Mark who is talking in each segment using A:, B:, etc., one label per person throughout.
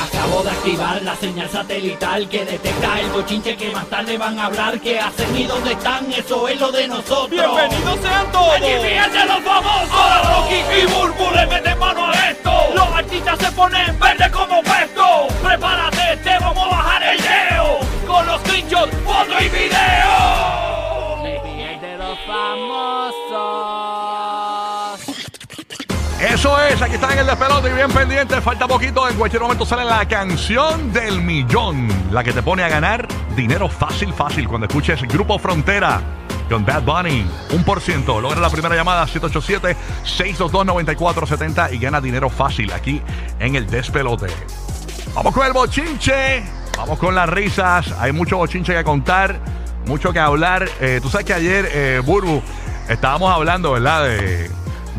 A: Acabo de activar la señal satelital que detecta el bochinche que más tarde van a hablar. ¿Qué hacen y dónde están? Eso es lo de nosotros.
B: ¡Bienvenidos sean todos!
A: ¡Allí fíjense los famosos!
B: Ahora Rocky y Burbu le meten mano a esto.
A: Los artistas se ponen verde como puesto. Prepárate, te vamos a bajar el leo. Con los screenshots, foto y video. de los famosos.
B: Eso es, aquí están en el despelote y bien pendientes. Falta poquito, en cualquier momento sale la canción del millón, la que te pone a ganar dinero fácil, fácil. Cuando escuches Grupo Frontera con Bad Bunny, un por ciento. Logra la primera llamada, 787-622-9470 y gana dinero fácil aquí en el despelote. Vamos con el bochinche, vamos con las risas. Hay mucho bochinche que contar, mucho que hablar. Eh, Tú sabes que ayer, eh, Burbu, estábamos hablando, ¿verdad? De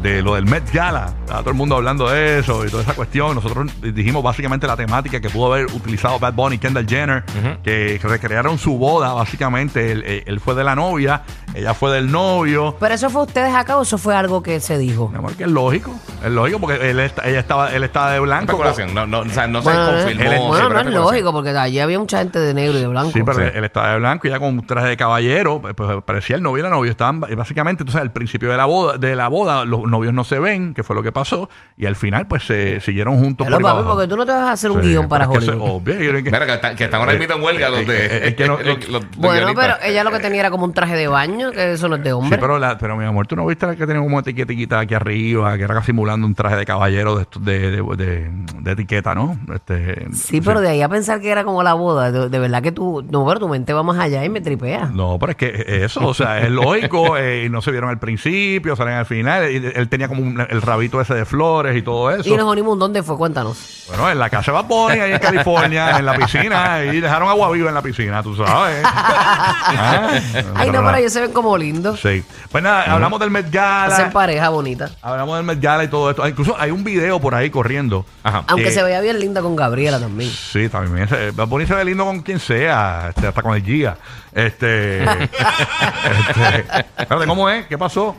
B: de lo del Met Gala. Estaba todo el mundo hablando de eso y toda esa cuestión. Nosotros dijimos básicamente la temática que pudo haber utilizado Bad Bunny y Kendall Jenner, que recrearon su boda, básicamente. Él, eh, él- él fue de la novia, ella fue del novio.
C: ¿Pero eso fue ustedes acá o eso fue algo que se dijo?
B: Mi amor, que es lógico. Es lógico porque él, está- ella estaba, él estaba de blanco.
D: especulación. No, no, o sea, no se confirmó.
B: él es-
C: Bueno,
D: sí, pero
C: no es
D: especulación.
C: lógico, porque allí había mucha gente de negro y de blanco.
B: Sí, pero eh,
D: Sí.
B: él- él estaba de blanco y ya con un traje de caballero, pues, pues, parecía el novio y la novia. Estaban ba- básicamente, entonces al principio de la boda, de la boda, los novios no se ven, que fue lo que pasó, y al final pues se siguieron juntos
C: Pero,
B: ahí
C: papi,
B: abajo.
C: porque tú no te vas a hacer un
B: Sí,
C: guión para
B: pero es que
C: Hollywood.
B: eso es obvio, yo creo que-
D: Mira, que, está- que están ahora mismo en huelga los de.
B: Eh, eh, es que no-
D: los-
B: eh,
D: los- los
C: Bueno, pero
D: guionistas.
C: ella lo que tenía era como un traje de baño, que eso no es de
B: Sí,
C: hombre.
B: pero, la- pero mi amor, tú no viste la que tenía como etiquetita aquí arriba, que era simulando un traje de caballero de, estos- de, de- de- de etiqueta, ¿no? Este,
C: Sí, pero de ahí a pensar que era como la boda, de, de verdad que tú, no, pero tu mente va más allá y me tripea.
B: No, pero es que eso, o sea, es lógico, eh, y no se vieron al principio, salen al final, y él tenía como un- el rabito ese de flores y todo eso.
C: ¿Y los honeymoon dónde fue? Cuéntanos.
B: Bueno, en la casa de Bad Bunny, ahí en California, en la piscina, y dejaron agua viva en la piscina, tú sabes. Ah,
C: Ay, no, pero ellos se ven como lindos.
B: Sí. Pues nada, hablamos del Met Gala,
C: Hacen pareja bonita.
B: hablamos del Met Gala y todo esto. Ah, Incluso hay un video por ahí corriendo.
D: Ajá.
C: Aunque
B: Eh,
C: se veía bien linda con Gabriela también.
B: Sí, también. Se, Bad Bunny se ve lindo con quien sea, este, hasta con el Gia. Este, este, espérate, ¿cómo es? ¿Qué pasó?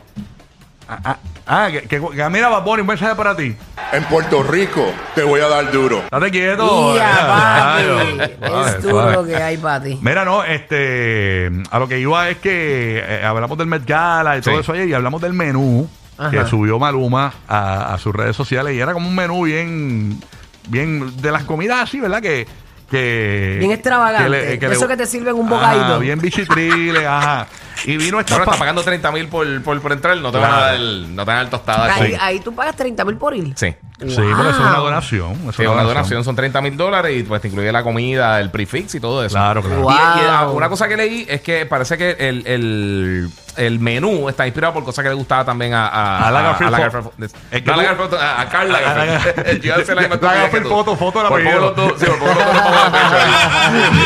B: Ah, ah, ah, que, que- que- mira, Bad Bunny, un mensaje para ti.
E: En Puerto Rico te voy a dar duro.
B: Date quieto.
C: Ya,
B: Claro,
C: papi.
B: suave,
C: Es duro
B: suave.
C: lo que hay para ti.
B: Mira, no, este, a lo que iba es que eh, hablamos del Met Gala y todo
D: Sí.
B: eso ayer y hablamos del menú
C: Ajá.
B: que subió Maluma a, a sus redes sociales y era como un menú bien, bien de las comidas así, ¿verdad? Que, que
C: Bien extravagante. Eso que te sirven un bocadillo.
B: Ajá, bien bichitriles, ajá. Y vino esta
D: No, no,
B: pa-
D: está pagando 30 mil por, por, por entrar. No te
B: Claro.
D: van a dar, no te van a dar tostada.
C: Ahí,
D: Ah, Sí.
C: ahí tú pagas 30 mil por ir.
D: Sí.
B: Sí, pero eso es una
C: Wow.
B: donación. eso
D: Sí, una donación son 30 mil dólares y pues te incluye la comida, el prefix y todo eso.
B: Claro, claro.
D: Y- Y, ah,
C: Wow.
D: una cosa que leí es que parece que el, el, el menú está inspirado por cosas que le gustaba también a, a,
B: A la Garfield
D: a,
B: Fo- Es que
D: Garfield- No, a la
B: tú-
D: Garfield, a, a Carla
B: A la Gar-
D: Garfield. Yo se
B: La
D: imagino
B: Garfield
D: que tú.
B: foto, foto del
D: Por poco
B: apellido.
D: los dos- sí, por poco los dos nos ponemos de pecho ahí.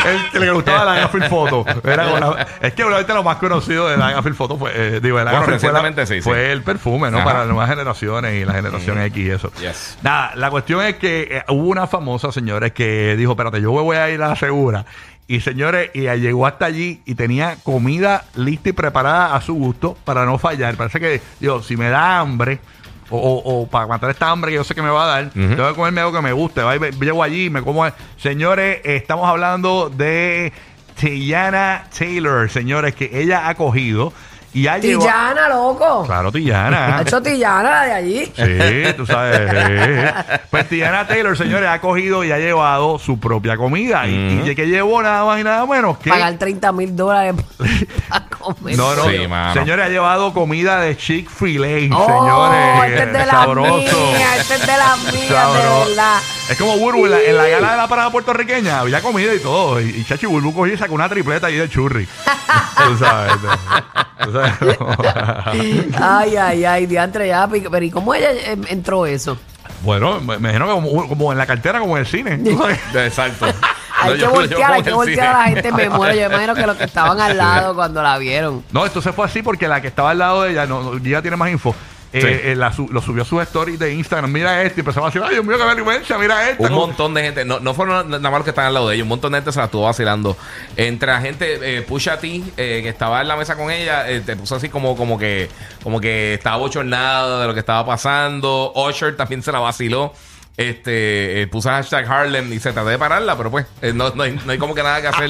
B: el que le gustaba la Garfield Foto. Era una- es que obviamente lo más conocido de la Garfield Foto fue, eh, digo, de la
D: Bueno,
B: Garfield fue la-
D: recientemente sí, sí.
B: fue el perfume, ¿no?
D: Ajá.
B: Para las nuevas generaciones y la generación X y eso.
D: Yes.
B: Nada, la cuestión es que eh, hubo una famosa, señores, que dijo, espérate, yo me voy a ir a la segura. Y señores, y llegó hasta allí y tenía comida lista y preparada a su gusto para no fallar. Parece que, digo, si me da hambre, o, o- o para matar esta hambre que yo sé que me va a dar, yo voy a comerme algo que me guste. Va y me- llego allí y me como. Señores, eh, estamos hablando de Tiana Taylor, señores, que ella ha cogido. Y ya llegó.
C: Tillana, loco.
B: Claro, Tillana.
C: Ha hecho Tillana la de allí.
B: Sí, tú sabes. sí. Pues Tiana Taylor, señores, ha cogido y ha llevado su propia comida. Y, y que llevó nada más y nada menos que.
C: Pagar 30 mil dólares para comer.
B: No, no.
D: Sí, mano.
B: señores, ha llevado comida de Chick-fil-A,
C: Oh,
B: señores.
C: este es de la
B: Sabroso.
C: mía, este es de la mía,
B: Sabroso.
C: de verdad.
B: Es como Burbu en la, en la gala de la parada puertorriqueña. Había comida y todo. Y, y Chachi Burbu cogió y sacó una tripleta ahí de churri. tú sabes. Tú sabes.
C: Ay, ay, ay, diantre ya. pic- Pero ¿y cómo ella eh, entró eso?
B: bueno, me me imagino que como, como en la cartera, como en el cine. tú sabes.
D: Exacto.
C: Hay
D: No,
C: que
D: yo- yo
C: voltear,
D: como
C: hay que
D: el
C: voltear a la
D: cine.
C: gente me muero. Yo imagino que los que estaban al lado cuando la vieron.
B: No, esto se fue así porque la que estaba al lado de ella, no, no, ya tiene más info. Eh,
D: Sí.
B: eh, la su- lo subió a sus stories de Instagram. Mira este. Y empezaba a decir, ay, Dios mío, qué vergüenza, mira este.
D: Un montón de gente, no, no fueron nada más los que están al lado de ellos, un montón de gente se la estuvo vacilando. Entre la gente, eh, Pusha T, eh, que estaba en la mesa con ella, eh, te puso así como, como que como que estaba bochornado de lo que estaba pasando. Usher también se la vaciló. Este, eh, puso hashtag Harlem y se trató de pararla, pero pues eh, no, no hay, no hay como que nada que hacer.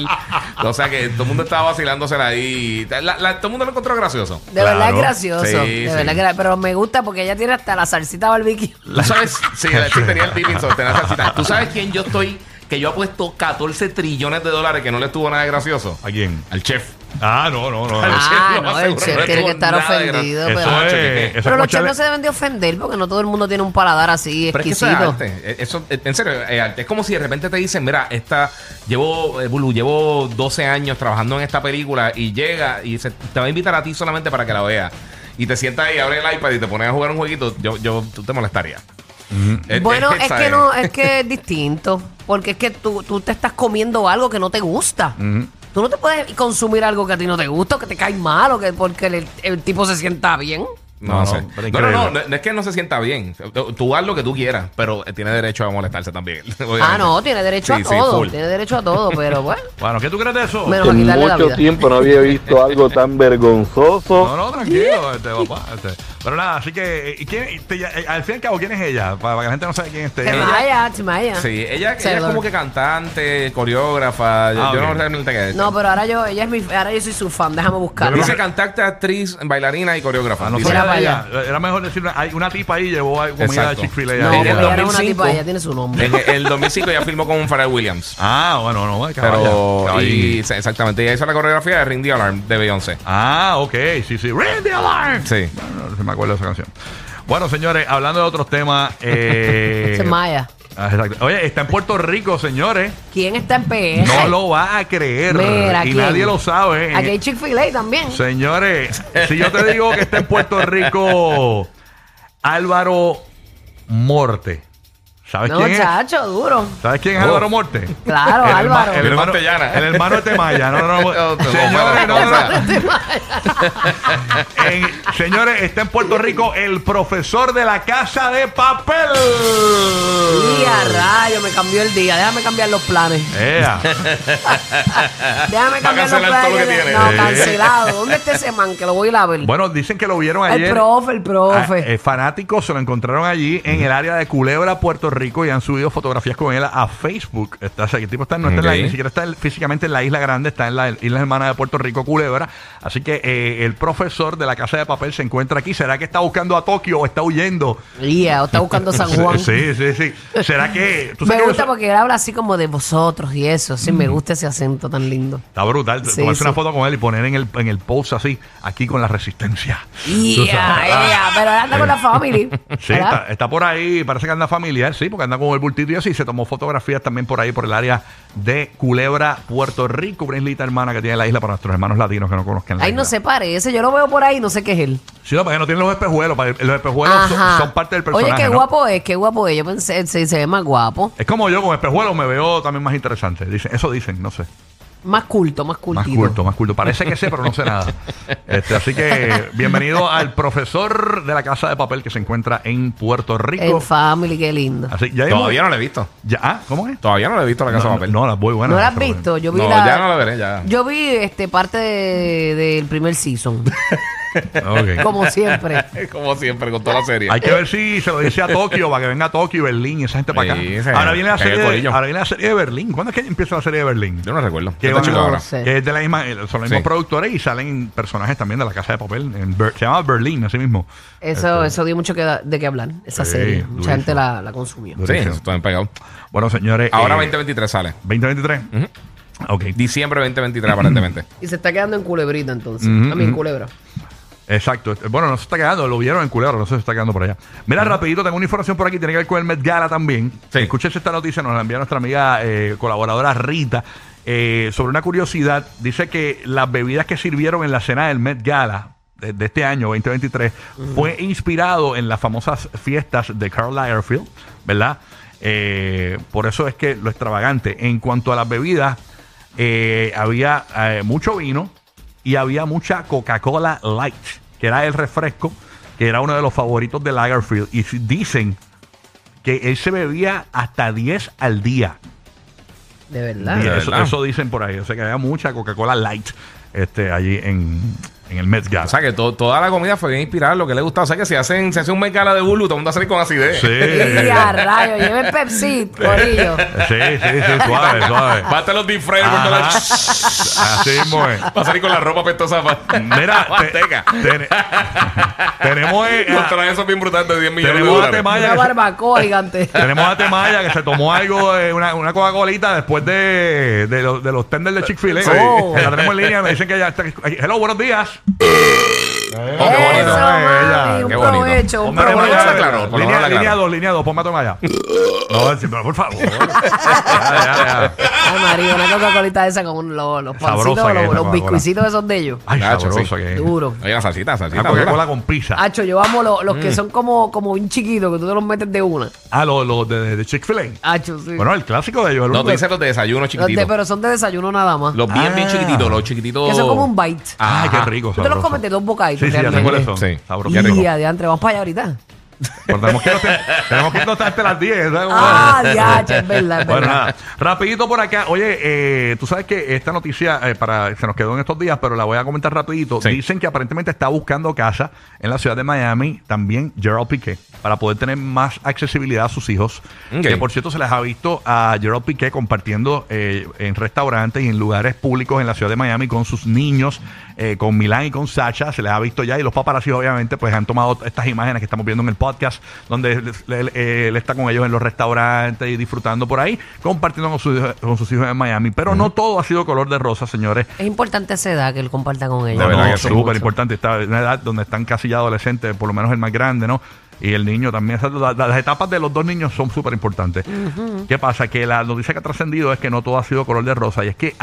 D: o sea que todo el mundo estaba vacilándosela ahí. La- la- todo el mundo lo encontró gracioso.
C: De verdad es
B: Claro.
C: gracioso.
D: Sí,
C: de
D: sí.
C: verdad que era- pero me gusta porque ella tiene hasta la salsita barbecue.
D: ¿Tú sabes? Sí, la sí, tenía el dipping sauce, tenía salsita. ¿Tú sabes quién yo estoy? Que yo apuesto 14 trillones de dólares que no le estuvo nada de gracioso.
B: ¿A quién?
D: Al chef.
B: Ah, no, no, no. no.
D: chef
C: Ah,
D: lo
C: no, el
D: aseguró,
C: chef
D: no
C: tiene que
D: tuvo
C: estar
D: nada de
C: ofendido.
D: gracia.
C: Pero,
B: Eso
D: Nacho, ¿qué,
B: es.
D: qué?
B: Eso
C: pero
B: es
C: los chefs
B: cocharle-
C: no se deben de ofender porque no todo el mundo tiene un paladar así
D: Pero es que eso es
C: exquisito.
D: arte. Eh, Eso, eh, en serio, es arte. Es como si de repente te dicen, mira, esta, llevo, eh, Bulu, llevo 12 años trabajando en esta película y llega y se, te va a invitar a ti solamente para que la veas. Y te sientas ahí, abre el iPad y te pones a jugar un jueguito, yo, yo tú te molestaría. Eh,
C: bueno, es
D: ¿sabes?
C: que no, es que es distinto. Porque es que tú, tú te estás comiendo algo que no te gusta. Tú no te puedes consumir algo que a ti no te gusta, o que te cae mal, o que porque el, el tipo se sienta bien.
D: No,
B: No,
D: no, sé.
B: no, pero
D: no, no, no,
B: increíble.
D: no es que no se sienta bien. Tú- Tú haz lo que tú quieras, pero tiene derecho a molestarse también. obviamente.
C: Ah, no, tiene derecho
D: Sí,
C: a
D: sí,
C: todo.
D: full.
C: tiene derecho a todo, pero bueno.
B: Bueno, ¿qué tú crees de eso?
C: Menos a
F: En
C: quitarle la
F: mucho
C: vida.
F: tiempo no había visto algo tan vergonzoso.
B: No, no, tranquilo, este, papá. este. Pero nada, así que, eh, ¿y quién, te- eh, al fin y al cabo, ¿quién es ella? Para que la gente no sabe quién es este.
D: Ella-
C: Timaya, Timaya.
D: Sí, ella,
C: Se
D: ella es
C: lo-
D: como que cantante, coreógrafa. yo
B: Ah,
D: yo no
B: ok.
D: realmente qué es.
C: No, pero ahora yo, ella es mi, ahora yo soy su fan, déjame buscarla.
D: Dice cantante, actriz, bailarina y coreógrafa.
B: Ah, no
D: Dice.
C: Mira
B: sabía
C: para
B: de ella. Era mejor decir, una, hay una tipa ahí llevó algo- comida de
D: Exacto.
B: Chick-fil-A.
C: No,
B: ahí.
C: porque ella era una
D: 2005.
C: tipa, ella tiene su nombre.
D: en el- el 2005 ella filmó con Pharrell Williams.
B: Ah, bueno, no, es
D: Pero,
B: caballa.
D: y, sí, exactamente, ella hizo la coreografía de Ring the Alarm de Beyoncé.
B: Ah, ok, sí, sí. Ring the alarm.
D: Sí.
B: No, no, no me acuerdo de esa canción. Bueno, señores, hablando de otros temas. Eh,
C: Timaya.
B: ah, exacto. Oye, está en Puerto Rico, señores.
C: ¿Quién está en PR?
B: No lo va a creer.
C: Mira,
B: y
C: ¿quién?
B: nadie lo sabe.
C: Aquí hay Chick-fil-A también.
B: Señores, si yo te digo que está en Puerto Rico Álvaro Morte, ¿sabes
C: No,
B: quién es?
C: chacho, duro.
B: ¿Álvaro? ¿Sabes quién es
D: Oh.
B: Álvaro Morte?
C: Claro,
B: El herma-
C: Álvaro.
B: El
D: Pero
B: hermano,
D: Montellana.
B: el hermano de Temaya. No, no, no.
D: No, te lo
B: señores, Pues, no, no, no.
C: Timaya.
B: En- señores, está en Puerto Rico el profesor de la casa de papel.
C: Día, rayo, me cambió el día. Déjame cambiar los planes.
B: Ea.
C: Déjame
D: Va a
C: cambiar los
D: cancelar
C: planes.
D: todo lo que
C: de-
D: tiene.
C: No,
B: Eh.
C: cancelado. ¿Dónde está ese man que lo voy a ir a ver?
B: Bueno, dicen que lo vieron
C: el
B: ayer.
C: profe, el
B: Ah,
C: profe.
B: eh, fanáticos se lo encontraron allí en el área de Culebra, Puerto Rico, y han subido fotografías con él a, a Facebook. Está, o sea, que el tipo está, no está en la-
D: Ok.
B: ni siquiera está en- físicamente en la isla grande, está en la isla hermana de Puerto Rico, Culebra. Así que eh, el profesor de la Casa de Papel se encuentra aquí. ¿Será que está buscando a Tokio o está huyendo?
C: Día, o está buscando San Juan.
B: Sí, sí, sí. ¿Será que.? tú sabes
C: Me
B: que Mm.
C: gusta
B: eso-
C: porque él habla así como de vosotros y eso. Sí, me gusta ese acento tan lindo.
B: Está brutal.
C: Sí,
B: Tomarse una
C: sí.
B: foto con él y poner en el, en el post así, aquí con la resistencia.
C: Día, día, pero él anda con la familia.
B: Sí, está, está por ahí, parece que anda familiar, sí, porque anda con el bultito y así. Se tomó fotografías también por ahí, por el área de Culebra, Puerto Rico, una islita hermana que tiene la isla para nuestros hermanos latinos que no conozcan la
C: Ahí no
B: isla.
C: se parece. Yo lo veo por ahí, no sé qué es él.
B: Sí, no, porque no tienen los espejuelos. para- Los espejuelos son,
C: Ajá.
B: son parte del personaje.
C: Oye, qué
B: ¿no?
C: guapo es, qué guapo es. Yo pensé, se, se ve más guapo.
B: Es como yo, con espejuelos me veo también más interesante. Dicen, eso dicen, no sé.
C: Más culto, más
B: Más
C: cultito.
B: culto, más culto. Parece que sé, pero no sé nada. Este, así que bienvenido al profesor de la Casa de Papel que se encuentra en Puerto Rico.
C: El family, qué lindo.
B: Así, ya hemos-
D: Todavía no la he visto.
B: ya, ah, ¿Cómo es?
D: Todavía no la he visto la casa
B: no,
D: de papel.
B: no, las voy buenas.
C: ¿No la
B: las
C: has visto? Yo vi
D: No,
C: la-
D: ya no la veré, ya.
C: Yo vi este parte de- del primer season.
B: Ok.
C: como siempre.
D: Como siempre, con toda la serie.
B: Hay que ver si se lo dice a Tokio para que venga Tokio y Berlín y esa gente para acá.
D: Sí, esa-
B: ahora, viene la
D: que hay
B: serie de,
D: corillo.
B: ahora viene la serie de Berlín. ¿Cuándo es que empieza la serie de Berlín?
D: Yo no recuerdo.
B: Que,
D: Yo
B: van
D: te checo
B: a-
D: ahora.
C: Sí.
B: que es de la misma, eh, son los mismos
D: Sí.
B: productores y salen personajes también de la casa de papel. en Ber- se llama Berlín, así mismo.
C: Eso, eso dio mucho que da- de qué hablar, esa
B: Este. Sí,
C: serie. Mucha
B: durísimo.
C: gente la, la consumió.
D: Sí, eso está bien pegado.
B: Bueno, señores.
D: Ahora
B: eh,
D: 2023 sale.
B: 2023. Ok.
D: Diciembre 2023, aparentemente.
C: Y se está quedando en culebrita entonces. A mí en culebra.
B: Exacto. Este- Bueno, no se está quedando, lo vieron en culero, no se está quedando por allá. Mira, rapidito, tengo una información por aquí, tiene que ver con el Met Gala también.
D: Sí.
B: Escuché esta noticia, nos la envía nuestra amiga eh, colaboradora Rita, eh, sobre una curiosidad. Dice que las bebidas que sirvieron en la cena del Met Gala de, de este año, 2023, fue inspirado en las famosas fiestas de Carl Lagerfeld, ¿verdad? Eh, por eso es que lo extravagante. En cuanto a las bebidas, eh, había eh, mucho vino y había mucha Coca-Cola Light, que era el refresco, que era uno de los favoritos de Lagerfeld. Y si- dicen que él se bebía hasta 10 al día.
C: De
B: Y
C: verdad.
D: Ah, de
B: eso,
D: verdad.
B: eso dicen por ahí. O sea que había mucha Coca-Cola Light este, allí en, en el Met Gala.
D: O sea que to- toda la comida fue bien inspirada, lo que le gustaba. O sea que si hacen, si hacen un mecala de bulu, todo el mundo va a salir con acidez.
B: Sí.
C: Y a rayo, lleven Pepsi, corillo.
B: Sí, sí, sí, suave, suave.
D: Va a estar los disfrays por toda la-
B: Ajá. Así mismo es.
D: Va a salir con la ropa pestosa.
B: Mira, te-
D: manteca.
B: ten- tenemos, eh,
D: Los trajes son bien brutales de 10 millones de
B: tenemos a
D: dólares.
B: Temaya
C: Una
B: que se-
C: barbacoa gigante.
B: ah, Tenemos a Temaya que se tomó algo, eh, una, una Coca-Colita después de, de, los- de los tenders de Chick-fil-A.
D: Sí.
B: Oh. La tenemos en línea, me dicen que ya está. Hello, buenos días.
D: Oh, qué bonito.
C: Eso, mami, un
D: Qué bonito.
C: provecho, un
B: Ponme a
D: Pero por lo
B: Temaya.
C: provecho.
D: menos la aclaró, por lo menos
B: Línea,
D: la aclaró.
B: línea dos, línea dos, ponme a Temaya. No, sí, pero por favor. Ya, ya, ya.
C: Ay, María, una Coca-Colita esa con un- los, los
B: Sabrosa
C: pancitos,
B: que es
C: los,
B: la
C: los
B: Coca-Cola. Ah,
C: biscuicitos esos de ellos.
B: Ay,
D: Nacho,
B: sabroso
D: sí.
B: que es.
C: Duro.
D: Oye, la salsita, la salsita.
B: Una
D: ¿verdad?
B: Coca-Cola Ah, con pizza.
C: Hacho, yo amo los, los
B: Mm.
C: que son como, como bien chiquitos, que tú te los metes de una.
B: Ah, los lo de, de- de Chick-fil-A.
C: Hacho, sí.
B: Bueno, el clásico de ellos. el
D: No, tú
B: único-
D: dices los de desayuno
C: Los de-
D: chiquititos.
C: pero son de desayuno nada más.
D: Los bien, bien
B: Ah.
D: chiquititos, los chiquititos.
C: que son como un bite.
B: Ay, qué
D: Ajá.
B: rico.
C: Tú
B: Ah,
C: te los
B: sabroso.
C: comes de dos bocaditos.
B: Sí, sí, ya sé
C: realmente.
B: cuáles son.
D: Sí.
B: Sabroso.
D: Qué rico.
C: Y adiantre, vamos para allá ahorita.
B: Pero tenemos que irnos- tenemos que irnos hasta las 10. ¿sabes?
C: Ah, diache, es verdad, es
B: Bueno,
C: verdad.
B: nada. Rapidito por acá. Oye, eh, tú sabes que esta noticia eh, para se nos quedó en estos días, pero la voy a comentar rapidito.
D: Sí.
B: Dicen que aparentemente está buscando casa en la ciudad de Miami, también Gerald Piqué, para poder tener más accesibilidad a sus hijos.
D: Ok.
B: Que por cierto se les ha visto a Gerald Piqué compartiendo eh, en restaurantes y en lugares públicos en la ciudad de Miami con sus niños, eh, con Milán y con Sacha. Se les ha visto ya y los paparazzi obviamente pues han tomado estas imágenes que estamos viendo en el podcast donde él, él- él está con ellos en los restaurantes y disfrutando por ahí, compartiendo con sus, con sus hijos en Miami. Pero no todo ha sido color de rosa, señores.
C: Es importante esa edad que él comparta con ellos.
B: No,
D: verdad
B: no,
D: que sí.
B: súper importante. Está en una edad donde están casi ya adolescentes, por lo menos el más grande, ¿no? Y el niño también. Esas- la- Las etapas de los dos niños son súper importantes. ¿Qué pasa? Que la noticia que ha trascendido es que no todo ha sido color de rosa. Y es que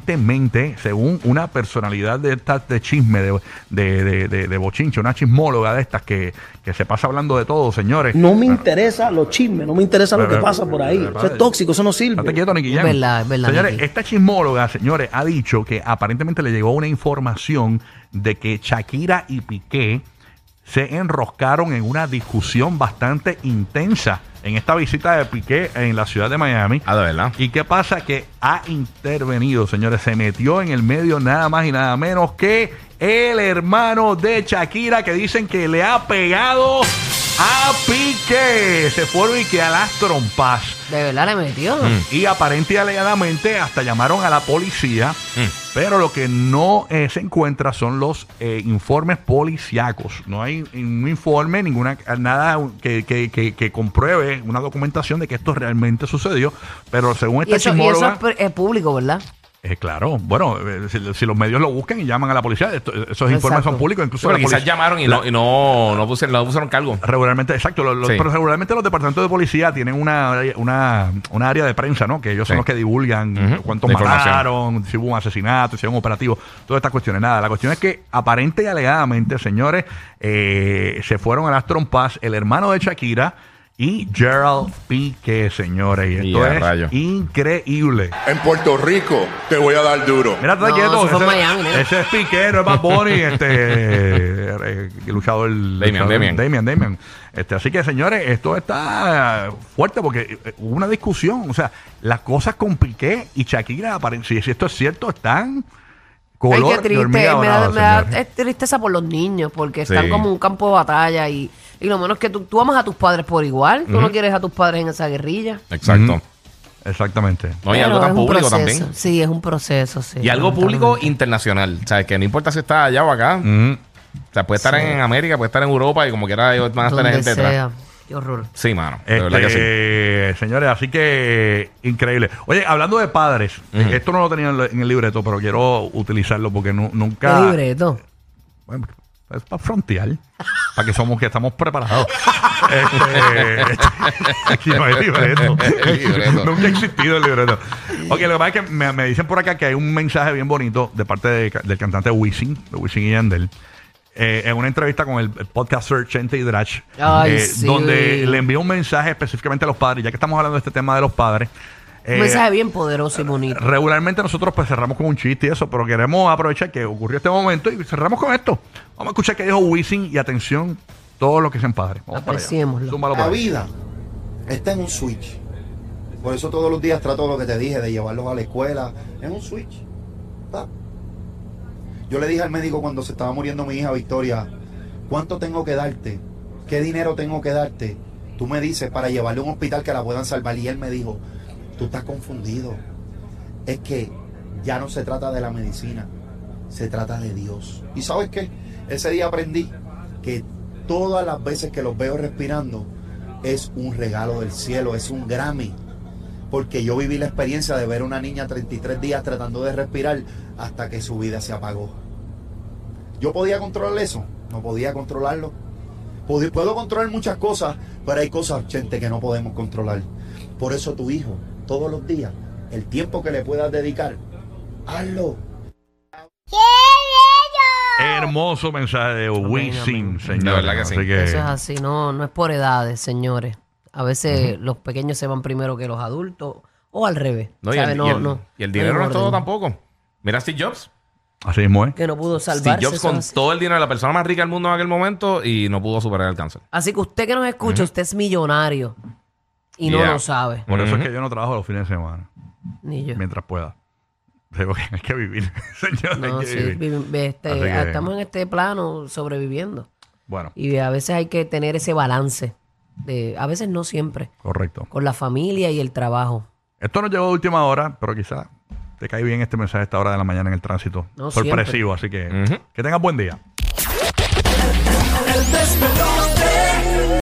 B: aparentemente, según una personalidad de estas de chisme, de, de, de- de- de bochinche, una chismóloga de estas que, que se pasa hablando de todo, señores.
G: No me interesa los chismes, no me interesa lo que
B: Pero-
G: pasa por ahí. Eso es tóxico, eso no sirve.
B: Estate quieto, Nicky Jam.
C: Es verdad, es verdad,
B: Señores,
C: Nicky.
B: esta chismóloga, señores, ha dicho que aparentemente le llegó una información de que Shakira y Piqué se enroscaron en una discusión bastante intensa en esta visita de Piqué en la ciudad de Miami.
D: Ah, de verdad.
B: ¿Y qué pasa? Que ha intervenido, señores. Se metió en el medio nada más y nada menos que el hermano de Shakira que dicen que le ha pegado a Piqué. Se fueron y que a las trompas.
C: De verdad le metió.
B: Y aparente y alegadamente hasta llamaron a la policía, pero lo que no eh, se encuentra son los eh, informes policíacos. No hay ningún informe, ninguna nada que, que- que- que compruebe una documentación de que esto realmente sucedió. Pero según
C: Y
B: esta
C: eso, y eso
B: chismóloga,
C: es, pr- es público, ¿verdad?
B: eh, claro, bueno, eh, si, si los medios lo buscan y llaman a la policía, esto- esos informes son públicos, incluso
D: Pero
B: la
D: quizás
B: policía-
D: llamaron y
B: la-
D: no, y no, no pusieron, no pusieron cargo.
B: Regularmente, exacto. lo- lo-
D: Sí.
B: Pero regularmente los departamentos de policía tienen una, una, una área de prensa, ¿no? Que ellos son
D: Sí.
B: los que divulgan
D: Ujú,
B: cuántos
D: la información.
B: mataron, si hubo un asesinato, si hubo un operativo, todas estas cuestiones. Nada, la cuestión es que aparente y alegadamente, señores, eh, se fueron a las trompas el hermano de Shakira y Gerald Piqué, señores. Y
D: Y
B: esto
D: a
B: es
D: rayo.
B: increíble.
E: En Puerto Rico te voy a dar duro.
B: Mira, está
C: No,
B: quieto.
C: eso
B: ese,
C: fue en Miami, ¿no?
B: ese es piquero, es Bad Bunny, este, eh, el luchador. luchador-
D: Damian.
B: Damian, Damian. Este, así que, señores, esto está fuerte porque eh, hubo una discusión. O sea, las cosas con Piqué y Shakira, aparen- si, si esto es cierto, están
C: Ay,
B: Color
C: qué
B: de
C: triste. Me
B: hormiga
C: da,
B: dorada,
C: me da-
B: señores.
C: es tristeza por los niños porque
D: Sí.
C: están como en un campo de batalla y, y lo menos que tú, tú amas a tus padres por igual. Tú no quieres a tus padres en esa guerrilla.
D: Exacto.
B: Ujú.
C: eh.
B: Exactamente.
D: No, y
C: Pero
D: algo tan
C: es un
D: público
C: proceso.
D: también.
C: Sí, es un proceso, sí.
D: Y algo público internacional. O sea, que no importa si está allá o acá.
B: Ujú.
D: O sea, puede estar en América, puede estar en Europa y como quiera ellos van a estar la
C: Donde
D: gente detrás.
C: sea. Qué horror.
D: Sí, mano. De verdad que sí.
B: Este, Señores, así que increíble. Oye, hablando de padres, esto no lo tenía en la- en el libreto, pero quiero utilizarlo porque nu-
C: Qué
B: nunca.
C: libreto.
B: Bueno, es para frontear. para que somos que estamos preparados. Este, aquí no hay libreto.
D: El libreto.
B: Nunca ha existido el libreto. Ok, lo que pasa es que me, me dicen por acá que hay un mensaje bien bonito de parte de ca- del cantante Wisin, de Wisin y Yandel. eh, en una entrevista con el, el podcast Sir Chente y Drash,
C: Ay,
B: eh,
C: sí.
B: donde le envió un mensaje específicamente a los padres, ya que estamos hablando de este tema de los padres. eh,
C: Un mensaje bien poderoso y
D: eh,
C: bonito.
B: Regularmente nosotros pues cerramos con un chiste y eso, pero queremos aprovechar que ocurrió este momento y cerramos con esto. Vamos a escuchar qué dijo Wisin y atención, todos los que sean padres. Vamos para allá.
C: Apreciémoslo.
B: Zúmbalo por
H: La
B: ahí.
H: vida está en un switch. Por eso todos los días trato lo que te dije, de llevarlos a la escuela. Es un switch. Pa. Yo le dije al médico cuando se estaba muriendo mi hija Victoria, ¿cuánto tengo que darte? ¿Qué dinero tengo que darte? Tú me dices para llevarle a un hospital que la puedan salvar. Y él me dijo, tú estás confundido. Es que ya no se trata de la medicina, se trata de Dios. ¿Y sabes qué? Ese día aprendí que todas las veces que los veo respirando es un regalo del cielo, es un Grammy. Porque yo viví la experiencia de ver a una niña 33 días tratando de respirar hasta que su vida se apagó. ¿Yo podía controlar eso? No podía controlarlo. Pod- Puedo controlar muchas cosas, pero hay cosas, gente, que no podemos controlar. Por eso tu hijo, todos los días, el tiempo que le puedas dedicar, hazlo.
B: Hermoso mensaje de Wisin,
C: amén.
B: señor.
D: De verdad que sí.
C: Eso es así, no, no es por edades, señores. A veces los pequeños se van primero que los adultos o al revés.
D: No, y,
C: ¿sabe?
D: el,
C: No,
D: y el-
C: no,
D: y el dinero no,
C: hay
D: es todo
C: orden.
D: tampoco. Mira a Steve Jobs.
B: Así mismo, ¿eh?
C: Que no pudo
D: Steve
C: salvarse.
D: Jobs
C: eso es
D: con
C: así.
D: todo el dinero de la persona más rica del mundo en aquel momento y no pudo superar el cáncer.
C: Así que usted que nos escucha, usted es millonario y
D: Yeah.
C: no lo sabe,
B: Por eso es
D: Ujú.
B: que yo no trabajo los fines de semana,
C: ni yo.
B: mientras pueda. Digo que hay que vivir, señor.
C: No,
B: hay que
C: sí,
B: vivir.
C: vi- vi- este,
B: Así que-
C: estamos en este plano sobreviviendo
B: Bueno,
C: y a veces hay que tener ese balance. De, a veces no siempre,
B: correcto.
C: con la familia y el trabajo.
B: Esto nos llegó de última hora, pero quizás te cae bien este mensaje a esta hora de la mañana en el tránsito.
C: No,
B: Sorpresivo, así que
D: Ujú.
B: que tengas buen día.
A: El despelote.